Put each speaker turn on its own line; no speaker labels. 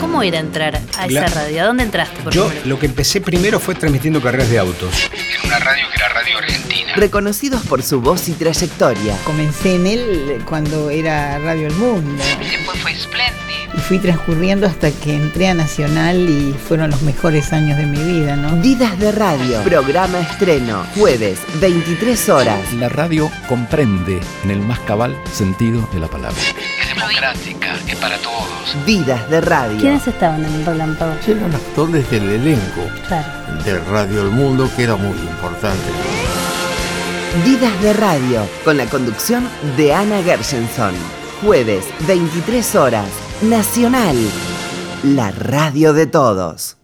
¿Cómo era entrar a esa
La-
radio? ¿A dónde entraste? Por
Yo
primera vez?
lo que empecé primero fue transmitiendo carreras de autos.
en una radio que era Radio Argentina.
reconocidos por su voz y trayectoria.
Comencé en él cuando era Radio El Mundo.
Después fue Splendid.
Y fui transcurriendo hasta que entré a Nacional y fueron los mejores años de mi vida, ¿no?
Vidas de Radio, programa estreno, jueves, 23 horas.
La radio comprende en el más cabal sentido de la palabra.
Es democrática, es para todos.
Vidas de Radio.
¿Quiénes estaban en el relámpago?
Eran los actores del elenco
Claro.
de Radio El Mundo, que era muy importante.
Vidas de Radio, con la conducción de Ana Gershenson. Jueves, 23 horas, Nacional. La radio de todos.